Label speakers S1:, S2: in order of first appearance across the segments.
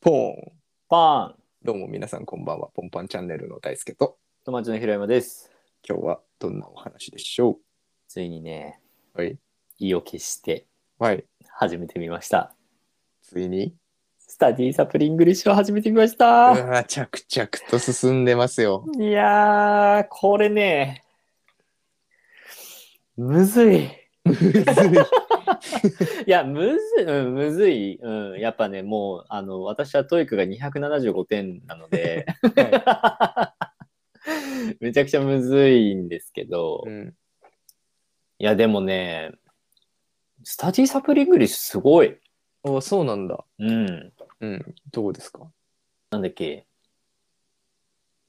S1: ポーン
S2: パーン
S1: どうも皆さんこんばんは、ポンパンチャンネルの大輔と、
S2: 友達の平山です。
S1: 今日はどんなお話でしょ
S2: ついにね、
S1: うはい。
S2: 意を決して
S1: はい。
S2: 始めてみました。
S1: ついに、
S2: スタディサプリングリッシュを始めてみまし
S1: う
S2: た。
S1: わ着々と進んでます よ。
S2: いやー、これね、むずい。いや、むずい、うん、むずい。うん、やっぱね、もう、あの、私はトイックが275点なの で、めちゃくちゃむずいんですけど、
S1: うん、
S2: いや、でもね、スタディサプリングリッシュすごい。
S1: おそうなんだ。
S2: うん。
S1: うん。どうですか
S2: なんだっけ。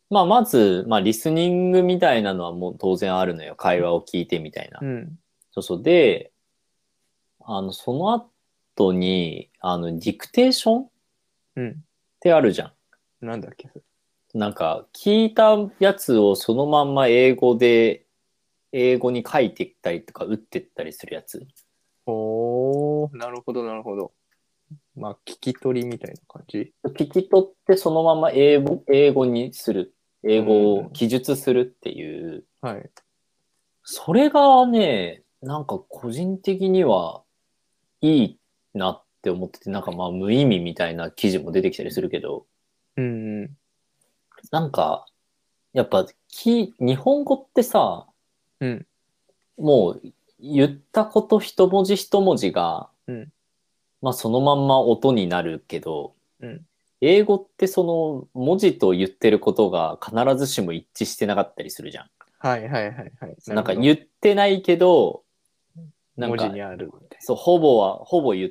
S2: まあ、まず、まあ、リスニングみたいなのはもう当然あるのよ。会話を聞いてみたいな。
S1: ん。
S2: そうそう。で、あの、その後に、あの、ディクテーションっ
S1: うん。
S2: てあるじゃ
S1: なんだっけそれ
S2: ん。なんか、聞いたやつをそのまんま英語で、英語に書いていったりとか、打っていったりするやつ。
S1: おー、なるほど、なるほど。まあ、聞き取りみたいな感じ。
S2: 聞き取ってそのまま英語英語にする。英語を記述するっていう。
S1: はい。
S2: それがね、なんか個人的にはいいなって思ってて、なんかまあ無意味みたいな記事も出てきたりするけど、
S1: うんうん。
S2: なんか、やっぱき、日本語ってさ、
S1: うん
S2: もう言ったこと一文字一文字が、
S1: うん
S2: まあそのまんま音になるけど、
S1: うん
S2: 英語ってその文字と言ってることが必ずしも一致してなかったりするじゃん。
S1: はいはいはいはい。
S2: なんか
S1: るほど
S2: 言ってないけど、なん
S1: 文
S2: か
S1: 字にあるみたい
S2: そう、ほぼは、ほぼ言っ、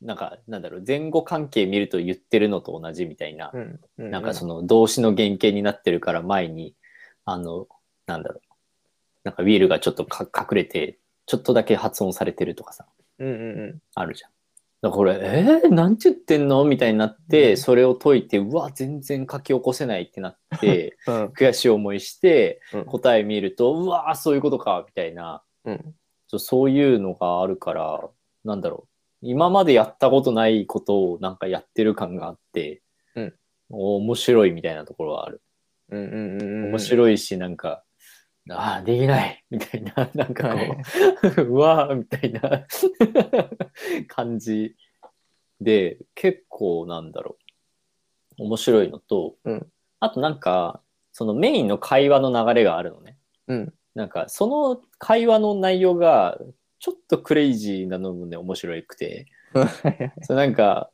S2: なんか、なんだろう、前後関係見ると言ってるのと同じみたい
S1: な。
S2: な、
S1: うんうう
S2: なんかその動詞の原型になってるから前に、あの、なんだろう、なんかウィールがちょっとか隠れて、ちょっとだけ発音されてるとかさ、
S1: うんうんうん。
S2: あるじゃん。だからこれ、えー、なんて言ってんのみたいになって、
S1: うん
S2: それを解いて、うわ、全然書き起こせないってな って、
S1: うん
S2: 悔しい思いして
S1: うん、
S2: 答え見ると、うわー、そういうことか、みたいな。
S1: うん
S2: そうそういうのがあるから、なんだろう。今までやったことないことをなんかやってる感があって、
S1: うん
S2: 面白いみたいなところはある。
S1: うんうんうんうん。
S2: 面白いし、なんか、ああ、できないみたいな、なんか
S1: は
S2: こ、
S1: いう
S2: うわーみたいな 感じで、結構なんだろう。面白いのと、
S1: うん
S2: あとなんか、そのメインの会話の流れがあるのね。
S1: うん。
S2: なんかその会話の内容がちょっとクレイジーなのもね面白くて そうなんか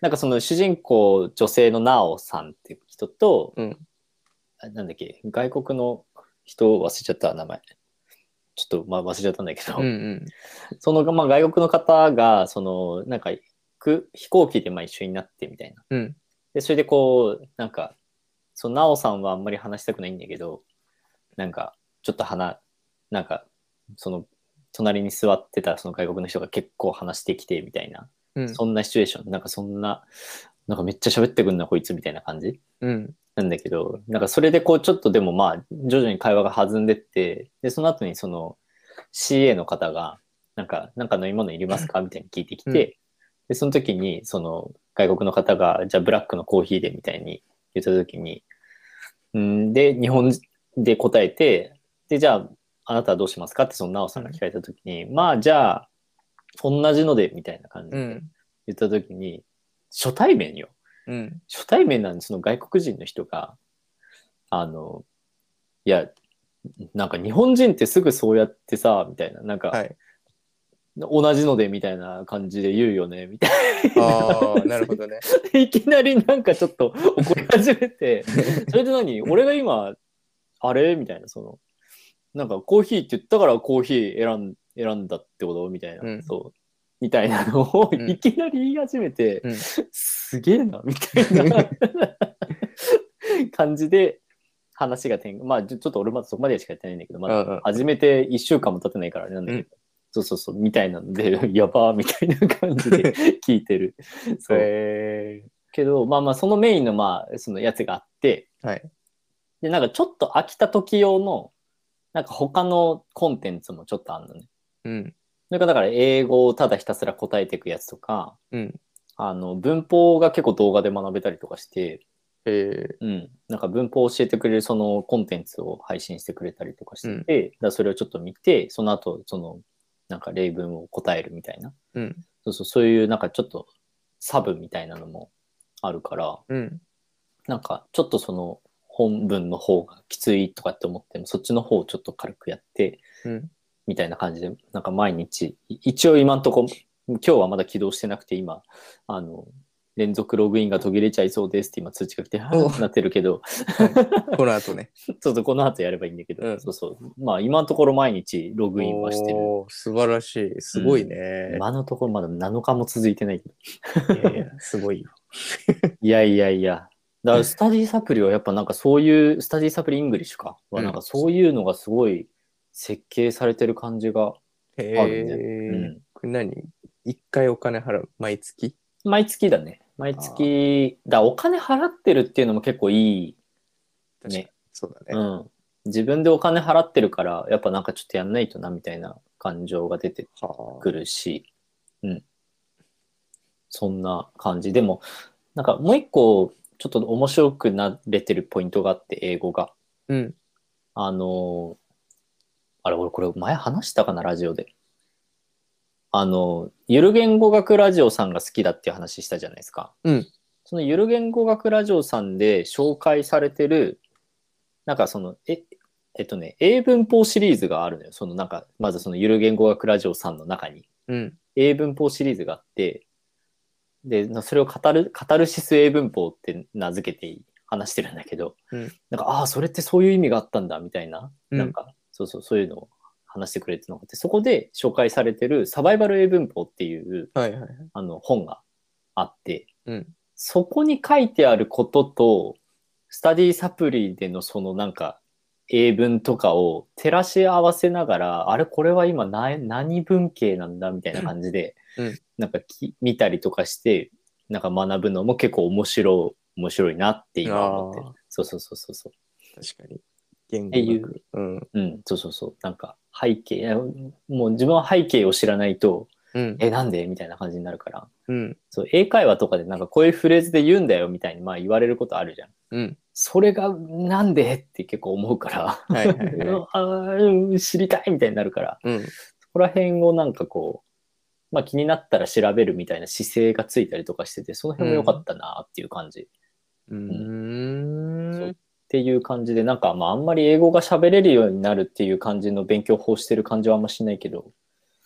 S2: なんかその主人公女性のナオさんっていう人と、
S1: うん
S2: あなんだっけ外国の人忘れちゃった名前ちょっと、まあ、忘れちゃったんだけど、
S1: うんうん。
S2: その、まあ、外国の方がそのなんかく飛行機でまあ一緒になってみたいな
S1: うん。
S2: でそれでこうなんかそのナオさんはあんまり話したくないんだけどなんかちょっと話なんかその隣に座ってたその外国の人が結構話してきてみたいな、
S1: うん。
S2: そんなシチュエーションなんかそんななんかめっちゃ喋ってくんなこいつみたいな感じ
S1: うん。
S2: なんだけどなんかそれでこうちょっとでもまあ徐々に会話が弾んでってでその後にその CA の方がなんか「なんか飲み物いりますか?」みたいに聞いてきて、
S1: うん
S2: でその時にその外国の方が「じゃあブラックのコーヒーで」みたいに言った時にうんで日本で答えてでじゃああなたはどうしますかってその奈緒さんが聞かれた時に、まあじゃあ同じのでみたいな感じ
S1: う
S2: で
S1: ん。
S2: 言った時に、初対面よ
S1: うん。
S2: 初対面なんでその外国人の人があのいやなんか日本人ってすぐそうやってさみたいななんか、
S1: はい。
S2: 同じのでみたいな感じで言うよねみたい
S1: ああ、なるほどね。
S2: ないきなりなんかちょっと怒り始め てそれで何俺が今あれみたいなそのなんかコーヒーって言ったからコーヒー選ん選んだってことみたいな、
S1: うん
S2: そうみたいなのを
S1: うん
S2: いきなり言い始めて、
S1: うん
S2: すげえなみたい な感じで話が展開まあちょちょっと俺まだそこまでしかやってないんだけどま だ
S1: うんうん
S2: 始めて1週間も経ってないからあれなんだけど、そうそうそう、みたいなので、やばーみたいな感じで聞い てる。そう。
S1: へ
S2: けど、まあまあ、そのメインの、まあ、そのやつがあって、
S1: ーはい。
S2: で、なんかちょっと飽きた時用の、なんか他のコンテンツもちょっとあるのね。
S1: うん。
S2: それからだから英語をただひたすら答えていくやつとか、
S1: うん
S2: あの、文法が結構動画で学べたりとかして、
S1: え
S2: うん、なんか文法を教えてくれるそのコンテンツを配信してくれたりとかしてて、だからそれをちょっと見て、その後、その、なんか例文を答えるみたいな。
S1: ー、うん。
S2: そうそう、そういうなんかちょっとサブみたいなのもあるから、
S1: うん。
S2: なんかちょっとその本文の方がきついとかって思っても、そっちの方をちょっと軽くやって、
S1: うん。
S2: みたいな感じで、なんか毎日、い一応今んとこ、今日はまだ起動してなくて、今、あの、連続ログインが途切れちゃいそうですって今通知が来て、は
S1: お
S2: ぁってなってるけど、
S1: この後 ね。
S2: ちょっとこの後やればいいんだけど、
S1: うん
S2: そうそう。まあ今のところ毎日ログインはしてる。
S1: おー素晴らしい。すごいね。
S2: 今のところまだ7日も続いてない。
S1: いやいや すごいよ。
S2: いやいやいや。だからスタディサプリはやっぱなんかそういう、スタディサプリイングリッシュか。は
S1: うん
S2: なんかそういうのがすごい設計されてる感じが。
S1: へ
S2: あるね
S1: え、
S2: うん
S1: これ何一回お金払う毎月
S2: 毎月だね。毎月、だからお金払ってるっていうのも結構いい。
S1: 確かに
S2: ね
S1: そうだ
S2: う
S1: ね。
S2: ん。自分でお金払ってるから、やっぱなんかちょっとやんないとなみたいな感情が出て
S1: はあ
S2: くるし、うん。そんな感じ。でも、なんかもう一個、ちょっと面白くなれてるポイントがあって、英語が。
S1: うん。
S2: あのーあれ、俺これ前話したかな、ラジオで。あの、ゆる言語学ラジオさんが好きだっていう話したじゃないですか。
S1: うん
S2: そのゆる言語学ラジオさんで紹介されてる、なんかその、え、えっとね、英文法シリーズがあるのよ。そのなんか、まずそのゆる言語学ラジオさんの中に。
S1: うん。
S2: 英文法シリーズがあって、で、なそれを語る、カタルシス英文法って名付けて話してるんだけど、
S1: うん
S2: なんか、ああ、それってそういう意味があったんだ、みたいな、
S1: うん
S2: なんか、そうそう、そういうのを話してくれてるのがあって、そこで紹介されてるサバイバル英文法っていう
S1: はいはいはい。
S2: あの本があって、
S1: うん。
S2: そこに書いてあることと、スタディサプリでのそのなんか英文とかを照らし合わせながら、あれこれは今な何文系なんだみたいな感じで、
S1: うん
S2: なんかき見たりとかして、なんか学ぶのも結構面白い、面白いなって今思ってる
S1: あー。
S2: そうそうそうそうそう。
S1: 確かに。言
S2: ってい
S1: 語
S2: う
S1: 学。うん。
S2: うん、そうそうそう。なんか背景、いやもう自分は背景を知らないと、
S1: うん。
S2: え、なんでみたいな感じになるから。
S1: うん。
S2: そう、英会話とかでなんかこういうフレーズで言うんだよみたいにまあ言われることあるじゃん。
S1: うん。
S2: それがなんでって結構思うから、
S1: はい はいは
S2: あーうん知りたいみたいになるから、
S1: い。うん。
S2: そこら辺をなんかこう、まあ気になったら調べるみたいな姿勢がついたりとかしてて、その辺も良かったなっていう感じ。っ
S1: うーん。
S2: ていう感じで、なんかまああんまり英語が喋れるようになるっていう感じの勉強法してる感じはあんましないけど、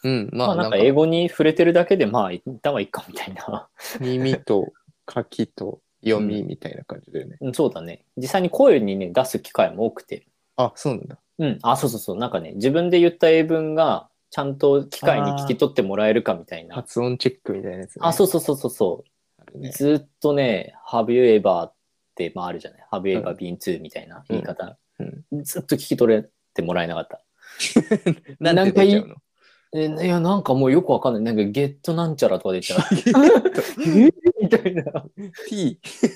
S1: うん。まあ
S2: まあ
S1: な
S2: なんん
S1: か
S2: か英語に触れてるだけでまあ一旦はいいかみたいな。
S1: 耳と書きと読みみたいな感じだよね。
S2: うんそうだね。実際に声にね出す機会も多くて、
S1: あ、そうなんだ。
S2: うん、あ、そうそうそう、なんかね、自分で言った英文が、ちゃんと機械に聞き取ってもらえるかみたいな。
S1: 発音チェックみたいなやつね、
S2: あそうそうそうそうそ
S1: ある
S2: う、
S1: ね
S2: ずっとね、Have you ever って、まああるじゃない。Have you
S1: う
S2: ever been to みたいな言い方、
S1: うん
S2: ずっと聞き取れてもらえなかった。
S1: なん
S2: な
S1: て
S2: んか
S1: 出
S2: い
S1: ちゃうの
S2: えいや、なんかもうよくわかんない。なんか、ゲットなんちゃらとか出ちゃう。 みたいな。
S1: ?T。
S2: そ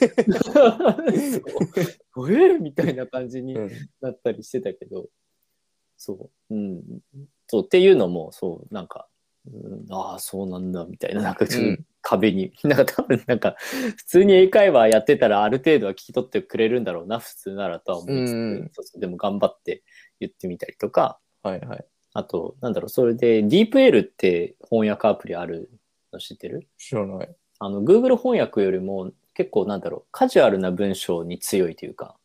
S2: うえみたいな感じに
S1: うん
S2: なったりしてたけど、そう、うん、そうっていうのも、そう、なんか、うん、ああ、そうなんだ、みたいな、なんかちょっと
S1: うん
S2: 壁に、 なんか多分、なんか、普通に英会話やってたら、ある程度は聞き取ってくれるんだろうな、普通ならとは思いつつ、
S1: うんうん
S2: そうそうでも頑張って言ってみたりとか、
S1: はいはい。
S2: あと、なんだろう、それで、DeepL って翻訳アプリあるの知ってる
S1: 知らない。
S2: あの、Google 翻訳よりも結構なんだろう、カジュアルな文章に強いというか、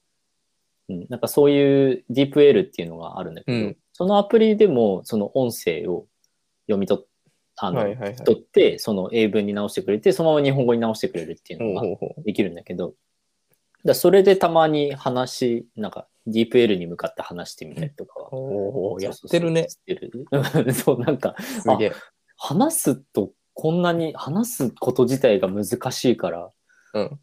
S2: うん、なんかそういう DeepL っていうのがあるんだけど、
S1: うん
S2: そのアプリでもその音声を読み取っあの、
S1: はいはいはい。
S2: 取って、その英文に直してくれて、そのまま日本語に直してくれるっていう
S1: ほう
S2: のが
S1: ほうほう
S2: できるんだけど、だからそれでたまに話、なんか DeepL に向かって話してみたりとかは。
S1: おーやっ
S2: そうそ
S1: て
S2: う
S1: るね。
S2: してる。 そう、なんか、
S1: すげえ。
S2: 話すとこんなに話すこと自体が難しいから、
S1: うん。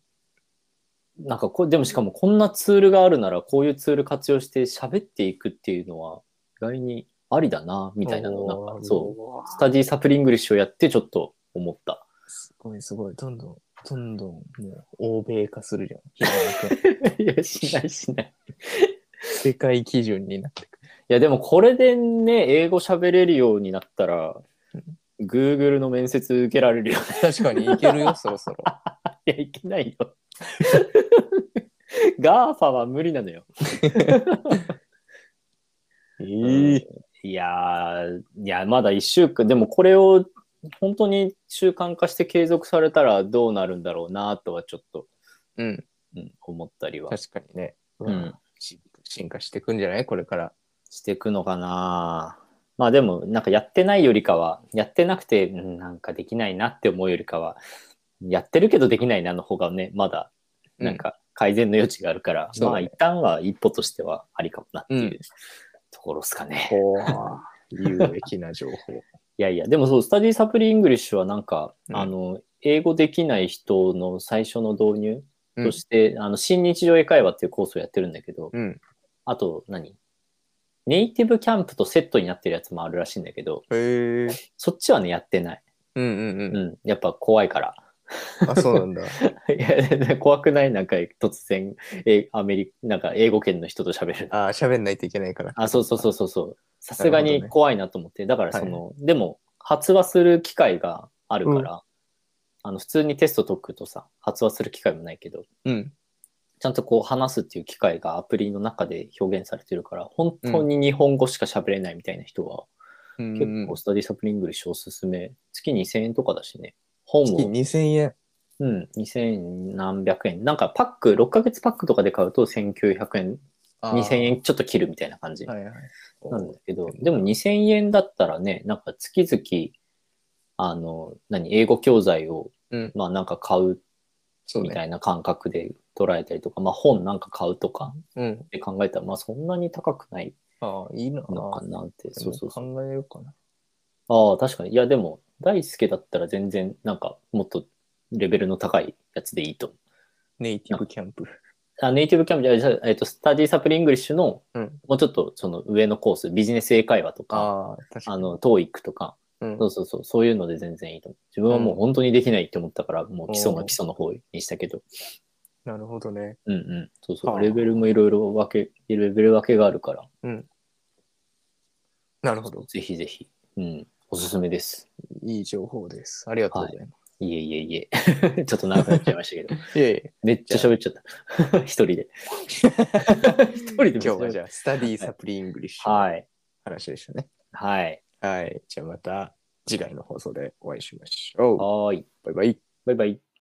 S2: なんかこうでもしかもこんなツールがあるならこういうツール活用して喋っていくっていうのは意外にありだなみたいなのなんかそう
S1: う
S2: スタディサプリングリッシュをやってちょっと思った
S1: すごいすごい。どんどん、どんどん、もう、欧米化するじゃん。
S2: いやしないしない
S1: 世界基準になって。
S2: いやでもこれでね英語喋れるようになったら
S1: うん
S2: Google の面接受けられるよ。
S1: 確かにいけるよ、そろそろ。
S2: いや、いけないよ。 ガーファは無理なの よ。
S1: え
S2: いやー、いや、まだ1週間、でもこれを本当に習慣化して継続されたらどうなるんだろうなとはちょっと、
S1: うん、
S2: うん、思ったりは、
S1: 確かにね。
S2: う
S1: うんん。し進化していくんじゃないこれから。
S2: していくのかなまあでも、なんかやってないよりかは、やってなくて、うんなんかできないなって思うよりかは、やってるけどできないなの方がね、まだ、なんか改善の余地があるから、
S1: そう
S2: まあ
S1: だね
S2: 一旦は一歩としてはありかもなっていううところですかね。
S1: こう、有益な情報。
S2: いやいや、でもそう、スタディサプリイングリッシュはなんか、
S1: うん
S2: あの、英語できない人の最初の導入として、あの、新日常英会話っていうコースをやってるんだけど、
S1: うん。
S2: あと何、ネイティブキャンプとセットになってるやつもあるらしいんだけど、
S1: へえ。
S2: そっちはね、やってない。
S1: うんうん
S2: う
S1: うん。
S2: ん。やっぱ怖いから。
S1: あ、そうなんだ。
S2: いや怖くないなんか突然、えアメリカ、なんか英語圏の人と喋る。
S1: あー、喋んないといけないから。
S2: あ、そうそうそうそうそう。さす
S1: なる
S2: が
S1: ほ
S2: に
S1: どね
S2: 怖いなと思って、だからその、でも、発話する機会があるから、あの普通にテスト解くとさ、発話する機会もないけど、
S1: うん。
S2: ちゃんとこう話すっていう機会がアプリの中で表現されてるから、本当に日本語しか喋れないみたいな人は、
S1: 結
S2: 結構スタディサプリングリッシュおすすめ。月2000円とかだしね。本
S1: 月
S2: を、
S1: 2000円。
S2: うん、2000何百円。なんかパック、6ヶ月パックとかで買うと1900円、
S1: あー
S2: 2000。円ちょっと切るみたいな感じ。
S1: はいはい。
S2: なんだけど、でも2000円だったらね、なんか月々、あの、何、英語教材を、
S1: うん
S2: まあなんか買う
S1: そう
S2: みた
S1: ね。
S2: いな感覚で捉えたりとか、まあ本なんか買うとか
S1: うん
S2: っ。て考えたら、まあそんなに高くない
S1: ああ、いいな。
S2: のかなって、そうそうそう。
S1: 考えようかな。
S2: ああ、確かに。いやでも、大輔だったら全然、なんかもっとレベルの高いやつでいいと思う。
S1: ネイティブキャンプ。
S2: あネイティブキャンプじゃあ、えっと、スタディサプリイングリッシュの
S1: うん、
S2: もうちょっとその上のコース、ビジネス英会話とか、
S1: ああ、確か
S2: あ
S1: に。
S2: の、トーイックとか、
S1: うん
S2: そうそうそう、そういうので全然いいと思う。自分はもう本当にできないって思ったから、もう基礎
S1: お
S2: の
S1: ー
S2: 基礎の方にしたけど、
S1: なるほどね。
S2: うんうん、そうそ
S1: は
S2: う、
S1: あ
S2: レベルもいろいろ分け、レベル分けがあるから、
S1: なるほど。
S2: ぜひぜひ、うん、おすすめです。
S1: いい情報です。ありがとうございま
S2: いえいえいえ、 ちょっと長くなっちゃいました けど、
S1: す。いえいえ
S2: めっちゃ喋っちゃった。 一人で。 一人でめっ
S1: 今
S2: ち
S1: 日
S2: ゃ
S1: は
S2: 喋
S1: じ
S2: っちゃ
S1: ゃあ、スタディサプリイングリッシ
S2: った。
S1: ュの
S2: はい、
S1: 話でしたね。
S2: はい、
S1: はい。じゃあまた次回の放送でお会いしましょう。
S2: はーい、
S1: バイバイ。
S2: バイバイ。